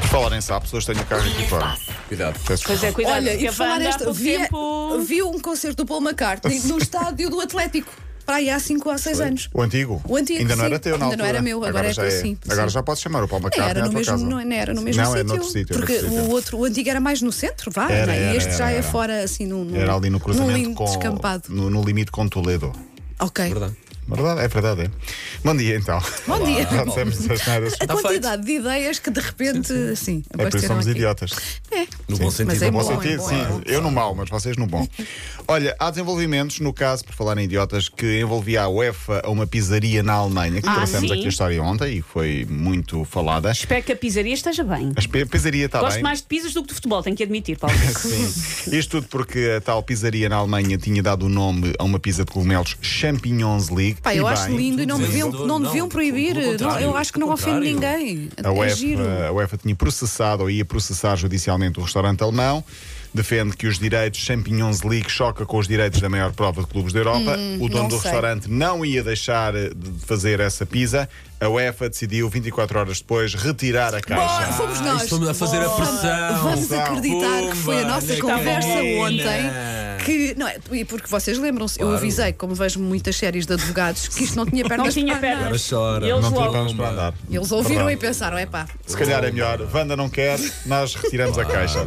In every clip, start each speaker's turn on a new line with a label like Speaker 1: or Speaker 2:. Speaker 1: Por falar em sapos, hoje tenho a carne aqui fora.
Speaker 2: Cuidado.
Speaker 1: Peço
Speaker 3: Pois é,
Speaker 1: desculpa.
Speaker 3: cuidado,
Speaker 4: Olha,
Speaker 3: porque
Speaker 4: e
Speaker 3: a
Speaker 4: por falar
Speaker 3: Wanda há
Speaker 4: nesta,
Speaker 3: pouco
Speaker 4: vi,
Speaker 3: tempo...
Speaker 4: vi um concerto do Paul McCartney no estádio do Atlético, para aí há 5 ou 6 anos.
Speaker 1: O antigo?
Speaker 4: O antigo,
Speaker 1: Ainda não
Speaker 4: sim.
Speaker 1: era teu, na
Speaker 4: Ainda não
Speaker 1: altura.
Speaker 4: era meu, agora é
Speaker 1: já
Speaker 4: teu, sim,
Speaker 1: Agora
Speaker 4: sim.
Speaker 1: já podes chamar o Palma
Speaker 4: Não
Speaker 1: Carne
Speaker 4: era,
Speaker 1: à
Speaker 4: no
Speaker 1: é tua
Speaker 4: mesmo,
Speaker 1: casa.
Speaker 4: não era no mesmo
Speaker 1: Não,
Speaker 4: sítio.
Speaker 1: é noutro sítio.
Speaker 4: Porque
Speaker 1: noutro
Speaker 4: o
Speaker 1: sítio.
Speaker 4: outro, o antigo era mais no centro, vá.
Speaker 1: Era,
Speaker 4: não é?
Speaker 1: era,
Speaker 4: e este
Speaker 1: era,
Speaker 4: já é
Speaker 1: era.
Speaker 4: fora, assim, num, num,
Speaker 1: Era ali no
Speaker 4: num
Speaker 1: cruzamento
Speaker 4: lindo
Speaker 1: com.
Speaker 4: descampado.
Speaker 1: No, no limite com Toledo.
Speaker 4: Ok.
Speaker 2: Verdade.
Speaker 1: Verdade, é verdade, é. Bom dia então.
Speaker 4: Bom dia.
Speaker 1: Já dissemos as neiras.
Speaker 4: A quantidade de ideias que de repente, assim,
Speaker 1: É por isso
Speaker 4: apareceram
Speaker 1: somos
Speaker 4: aqui.
Speaker 1: idiotas.
Speaker 4: É.
Speaker 2: No bom
Speaker 4: Mas
Speaker 2: sentido.
Speaker 4: é
Speaker 1: No bom
Speaker 4: bom,
Speaker 1: sentido,
Speaker 4: bom,
Speaker 1: sim.
Speaker 4: é bom.
Speaker 1: Eu no mau, mas vocês no bom. Olha, há desenvolvimentos no caso, por falar em idiotas, que envolvia a UEFA a uma pizzaria na Alemanha, que
Speaker 3: Ah,
Speaker 1: trouxemos
Speaker 3: sim?
Speaker 1: aqui a história ontem e foi muito falada.
Speaker 3: Espero que a pisaria esteja bem.
Speaker 1: A espe- pizzaria está
Speaker 3: Gosto
Speaker 1: bem.
Speaker 3: mais de pizzas do que de futebol, tenho que admitir, Paulo.
Speaker 1: Sim. Isto tudo porque a tal pizzaria na Alemanha tinha dado o nome a uma pizza de cogumelos Champignons League.
Speaker 4: Pá,
Speaker 1: E
Speaker 4: eu
Speaker 1: bem,
Speaker 4: acho lindo e não me deviam,
Speaker 2: Não,
Speaker 4: não me deviam
Speaker 2: pelo
Speaker 4: proibir. Não,
Speaker 2: contrário,
Speaker 4: eu acho que
Speaker 2: pelo
Speaker 4: não ofende
Speaker 2: contrário.
Speaker 4: ninguém.
Speaker 1: A
Speaker 4: é
Speaker 1: UEFA,
Speaker 4: giro.
Speaker 1: a UEFA tinha processado ou ia processar judicialmente o restaurante alemão. Defende que os direitos Champignons League choca com os direitos da maior prova de clubes da Europa. o dono
Speaker 4: Hum, não
Speaker 1: do
Speaker 4: sei.
Speaker 1: restaurante não ia deixar eh, de fazer essa pizza. A UEFA decidiu, 24 horas depois, retirar a
Speaker 2: Tá,
Speaker 4: Bora,
Speaker 1: caixa.
Speaker 4: fomos nós.
Speaker 2: Estamos a fazer a pressão.
Speaker 4: Vamos acreditar que foi a
Speaker 2: Pumba,
Speaker 4: nossa
Speaker 2: olha
Speaker 4: conversa
Speaker 2: que menina.
Speaker 4: ontem que. Não é, e porque vocês lembram-se, eu
Speaker 2: Claro.
Speaker 4: avisei, como vejo muitas séries de advogados, que isto não tinha pernas
Speaker 3: Não tinha
Speaker 4: para andar.
Speaker 3: pernas.
Speaker 2: Agora chora.
Speaker 3: Eles
Speaker 1: não tinha
Speaker 3: logo.
Speaker 1: vamos para andar.
Speaker 4: Eles ouviram e pensaram: é pá,
Speaker 1: Se calhar é melhor, Wanda não quer, nós retiramos a caixa.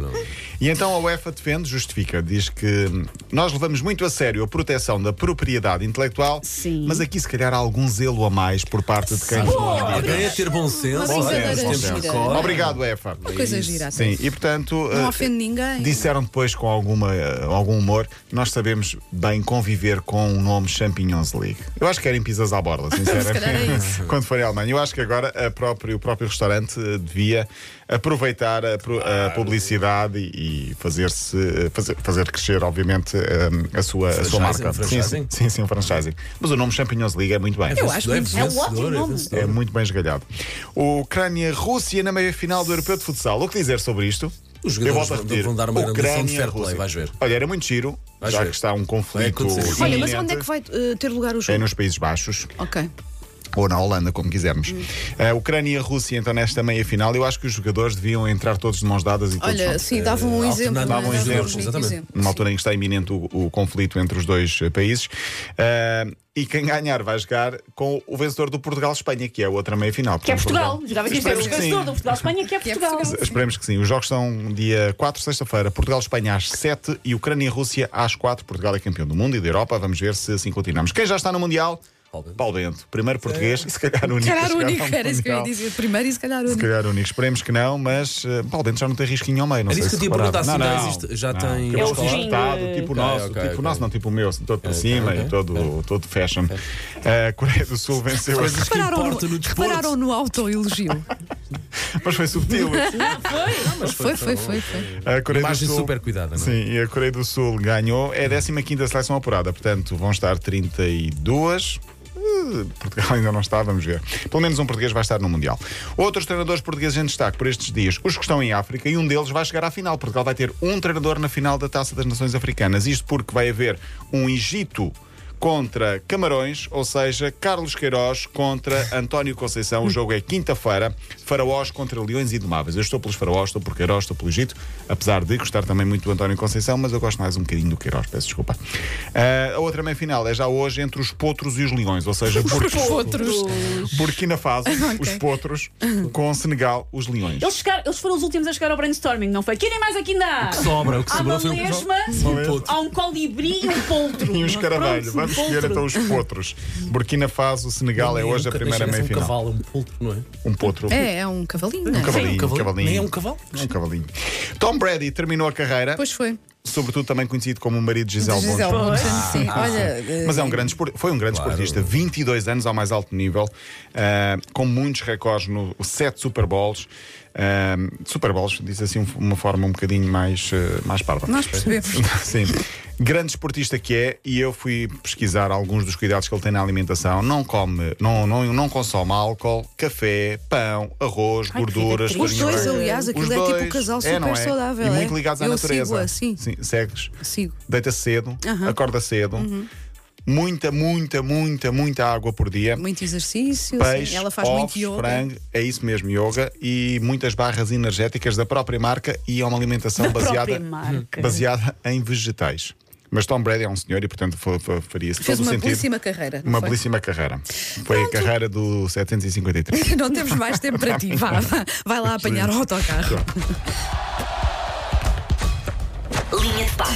Speaker 1: E então a UEFA defende, justifica, diz que hum, nós levamos muito a sério a proteção da propriedade intelectual,
Speaker 3: Sim.
Speaker 1: mas aqui se calhar há algum zelo a mais por parte de quem
Speaker 2: Olha,
Speaker 1: nos
Speaker 2: Alguém a é ter bom senso.
Speaker 4: Uma
Speaker 2: olha,
Speaker 4: brincadeira
Speaker 2: temos
Speaker 4: gira.
Speaker 2: que correr.
Speaker 1: Obrigado, UEFA.
Speaker 4: coisa gira. assim.
Speaker 1: Sim, e portanto.
Speaker 4: Não
Speaker 1: eh,
Speaker 4: ofende ninguém.
Speaker 1: Disseram depois com alguma, eh, algum humor, nós sabemos bem conviver com o nome Champignons League. Eu acho que eram pizzas à borda, sinceramente.
Speaker 4: calhar é isso.
Speaker 1: Quando forem à Alemanha. Eu acho que agora a próprio, o próprio restaurante eh, devia aproveitar a, pro- a
Speaker 2: Ah,
Speaker 1: publicidade e, e fazer-se, eh, fazer, fazer crescer, obviamente, eh, a sua, a sua
Speaker 2: Franchising,
Speaker 1: marca. Sim, sim,
Speaker 2: franchising.
Speaker 1: sim, sim, o franchising. Mas o nome Champignons League é muito bem.
Speaker 4: Eu
Speaker 2: É
Speaker 4: acho que
Speaker 3: é um
Speaker 2: vencedor,
Speaker 3: ótimo nome.
Speaker 2: vencedor.
Speaker 1: É muito bem esgalhado. O Ucrânia-Rússia na meia-final do Europeu de Futsal. O que dizer sobre isto?
Speaker 2: Os
Speaker 1: Eu
Speaker 2: jogadores
Speaker 1: volto a
Speaker 2: vão-
Speaker 1: repetir.
Speaker 2: vão dar uma grande lição de fair play,
Speaker 1: Ucrânia-Rússia.
Speaker 2: vais ver.
Speaker 1: Olha, era muito giro,
Speaker 2: Vais
Speaker 1: já
Speaker 2: ver.
Speaker 1: que está um conflito.
Speaker 2: Vai acontecer.
Speaker 4: Olha, mas
Speaker 1: iminente.
Speaker 4: onde é que vai eh, ter lugar o
Speaker 1: É
Speaker 4: jogo?
Speaker 1: nos Países Baixos
Speaker 4: Ok.
Speaker 1: ou na Holanda, como quisermos.
Speaker 2: Hum.
Speaker 1: A Ucrânia e a Rússia, então, nesta meia-final, eu acho que os jogadores deviam entrar todos de mãos dadas e todos
Speaker 4: Olha,
Speaker 1: juntos.
Speaker 4: sim, dava um
Speaker 2: eh,
Speaker 4: exemplo.
Speaker 2: alternando-
Speaker 4: não é?
Speaker 1: dava um
Speaker 4: Dava um
Speaker 1: exemplo,
Speaker 4: bonito
Speaker 2: exatamente.
Speaker 4: exemplo.
Speaker 1: numa altura em que está iminente o, o conflito entre os dois eh, países. Ah, e quem ganhar vai jogar com o vencedor do Portugal-Espanha, que é a outra meia-final.
Speaker 3: Que é
Speaker 1: Portanto,
Speaker 3: Portugal. Jogava aqui a dizer,
Speaker 1: Esperemos
Speaker 3: o
Speaker 1: que sim.
Speaker 3: vencedor do Portugal-Espanha que é
Speaker 4: Que é
Speaker 3: Portugal.
Speaker 4: Portugal.
Speaker 1: Esperemos que sim. Os jogos são dia 4, sexta-feira. Portugal-Espanha às 7 e Ucrânia-Rússia às 4. Portugal é campeão do mundo e da Europa. Vamos ver se assim continuamos. Quem já está no Mundial?
Speaker 2: Paulo Bento.
Speaker 1: Paulo Bento. Primeiro português e se calhar o único.
Speaker 4: Se
Speaker 1: a
Speaker 4: calhar
Speaker 1: chegar
Speaker 4: o
Speaker 1: ao
Speaker 4: único, era isso que eu ia
Speaker 1: Mundial.
Speaker 4: dizer. Primeiro e se calhar o
Speaker 1: Se
Speaker 4: único.
Speaker 1: calhar o único. Esperemos que não, mas eh, Paulo Bento já não tem risquinho ao meio. Não
Speaker 2: Era
Speaker 1: sei
Speaker 2: isso
Speaker 1: se
Speaker 2: que eu tinha
Speaker 1: repararam.
Speaker 2: perguntado,
Speaker 1: não,
Speaker 2: se já
Speaker 1: não,
Speaker 2: existe- já
Speaker 1: não.
Speaker 2: tem-
Speaker 1: Aquele
Speaker 2: É o
Speaker 1: escolar
Speaker 3: fujinho,
Speaker 1: cortado,
Speaker 3: eh,
Speaker 1: tipo o
Speaker 2: ok,
Speaker 1: nosso,
Speaker 2: ok,
Speaker 1: tipo o
Speaker 2: ok.
Speaker 1: nosso, não tipo o meu, assim, todo para cima
Speaker 2: ok,
Speaker 1: e todo, todo fashion. A Coreia do Sul venceu a
Speaker 2: Coisas que
Speaker 4: Repararam
Speaker 2: importa no
Speaker 4: no,
Speaker 2: desporto. Ah,
Speaker 4: repararam no autoelogio.
Speaker 1: Mas foi subtil.
Speaker 4: foi, foi, foi, foi.
Speaker 1: A Coreia do
Speaker 2: Imagem
Speaker 1: Sul.
Speaker 2: super cuidada, não é? Hum.
Speaker 1: Sim, e a Coreia do Sul ganhou. É a 15 seleção apurada, portanto vão estar 32. Uh, Portugal ainda não está, vamos ver. Pelo menos um português vai estar no Mundial. Outros treinadores portugueses em destaque por estes dias, os que estão em África, e um deles vai chegar à final. Portugal vai ter um treinador na final da Taça das Nações Africanas. Isto porque vai haver um Egito contra Camarões, ou seja, Carlos Queiroz contra António Conceição. O jogo é quinta-feira. Faraós contra Leões Indomáveis. Eu estou pelos Faraós, estou por Queiroz, estou pelo Egito, apesar de gostar também muito do António Conceição, mas eu gosto mais um bocadinho do Queiroz, peço desculpa. Ah, a outra meia-final é já hoje entre os Potros e os Leões, ou
Speaker 2: É
Speaker 1: seja, Bur-
Speaker 4: Os outros.
Speaker 1: Burkina Faso, os Potros, com Senegal, os Leões.
Speaker 3: Eles, chegaram- eles foram os últimos a chegar ao brainstorming, não foi? Querem mais aqui ainda?
Speaker 2: Sobra, o que
Speaker 3: Há
Speaker 2: sobrou
Speaker 3: uma
Speaker 2: foi um
Speaker 3: lesma,
Speaker 2: um potro.
Speaker 3: há um colibri e um poltro.
Speaker 1: E os
Speaker 3: Pronto,
Speaker 1: Caravelho,
Speaker 3: um
Speaker 1: vamos escolher
Speaker 3: poltro.
Speaker 1: então os Potros. Burkina Faso, Senegal é hoje a primeira
Speaker 2: Parece um
Speaker 1: meia-final.
Speaker 2: cavalo, um poltro, não é?
Speaker 1: Um Potro.
Speaker 4: É, é um cavalinho, não
Speaker 1: Um
Speaker 4: é?
Speaker 1: cavalinho,
Speaker 2: um cavalo.
Speaker 1: cavalinho.
Speaker 2: Nem é um cavalo.
Speaker 1: Um cavalinho. Tom Brady terminou a carreira,
Speaker 4: Pois foi. é
Speaker 1: sobretudo também conhecido como é o marido de Gisele
Speaker 4: Gisele
Speaker 1: Bundchen.
Speaker 4: Bundchen, sim. Olha, eh,
Speaker 1: Mas é um grande espor- foi um grande
Speaker 2: Claro.
Speaker 1: esportista, 22 anos ao mais alto nível, ah, com muitos recordes no 7 Super Bowls. Ah, Super Bowls, diz assim um- uma forma um bocadinho mais, eh, mais parva.
Speaker 4: Nós percebemos.
Speaker 1: Sim. Grande esportista que é, e eu fui pesquisar alguns dos cuidados que ele tem na alimentação. Não come, não, não, não consome álcool, café, pão, arroz,
Speaker 3: Ai, que vida
Speaker 1: gorduras,
Speaker 3: triste.
Speaker 4: Os
Speaker 3: Carinho
Speaker 4: dois,
Speaker 1: farinha.
Speaker 4: aliás, aquilo
Speaker 1: Os
Speaker 4: é tipo um
Speaker 1: dois.
Speaker 4: casal
Speaker 1: É,
Speaker 4: super
Speaker 1: não é?
Speaker 4: saudável.
Speaker 1: E
Speaker 4: é?
Speaker 1: muito ligados à
Speaker 4: Eu
Speaker 1: natureza.
Speaker 4: Sigo assim.
Speaker 1: Sim, segues.
Speaker 4: Sigo.
Speaker 1: Deita cedo,
Speaker 4: Aham. Uhum.
Speaker 1: acorda cedo. Muita, muita, muita, muita água por dia.
Speaker 4: Muito exercício,
Speaker 1: Peixe,
Speaker 4: sim. ela faz
Speaker 1: ovos,
Speaker 4: muito yoga.
Speaker 1: frango, é isso mesmo, yoga e muitas barras energéticas da própria marca e é uma alimentação
Speaker 3: Da
Speaker 1: baseada,
Speaker 3: própria marca.
Speaker 1: baseada em vegetais. Mas Tom Brady é um senhor e, portanto, fa- fa- faria-se
Speaker 4: Fez
Speaker 1: todo o
Speaker 4: uma
Speaker 1: sentido.
Speaker 4: belíssima carreira. não
Speaker 1: Uma
Speaker 4: foi?
Speaker 1: belíssima carreira. Foi a carreira do 753.
Speaker 4: Não temos mais tempo para ti. Vá, vá. vai lá apanhar o autocarro.
Speaker 5: Linha de passe.